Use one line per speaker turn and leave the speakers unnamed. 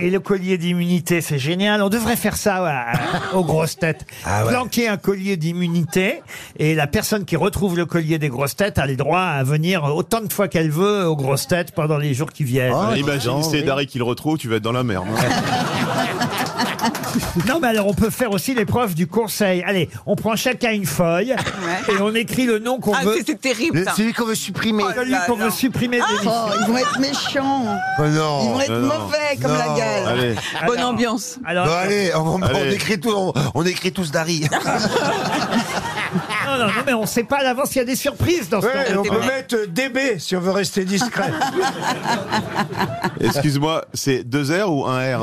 et le collier d'immunité, c'est génial. On devrait faire ça à- aux grosses têtes.
Ah
Planquer un collier d'immunité et la personne qui retrouve le collier des grosses têtes a le droit à venir autant de fois qu'elle veut aux grosses têtes pendant les jours qui viennent.
Oh.
Imagine, c'est Dari qui le retrouve, tu vas être dans la merde.
Non, mais alors on peut faire aussi l'épreuve du conseil. Allez, on prend chacun une feuille et on écrit le nom qu'on
Ah,
veut.
c'est- c'est terrible, Le- ça. celui qu'on veut supprimer. Oh
celui
là
qu'on
là. Ah.
veut supprimer. des listes.
Oh, ils vont être méchants.
Bah
ils vont être mauvais comme la gueule.
Bonne ambiance.
Alors,
Bon, Bah allez, on, on
Allez.
écrit tout, on, on écrit tous Dari.
Non, non, non, mais on sait pas à l'avance s'il y a des surprises dans ce
Ouais,
temps.
on peut mettre DB si on veut rester discret.
Excuse-moi, c'est deux R ou un R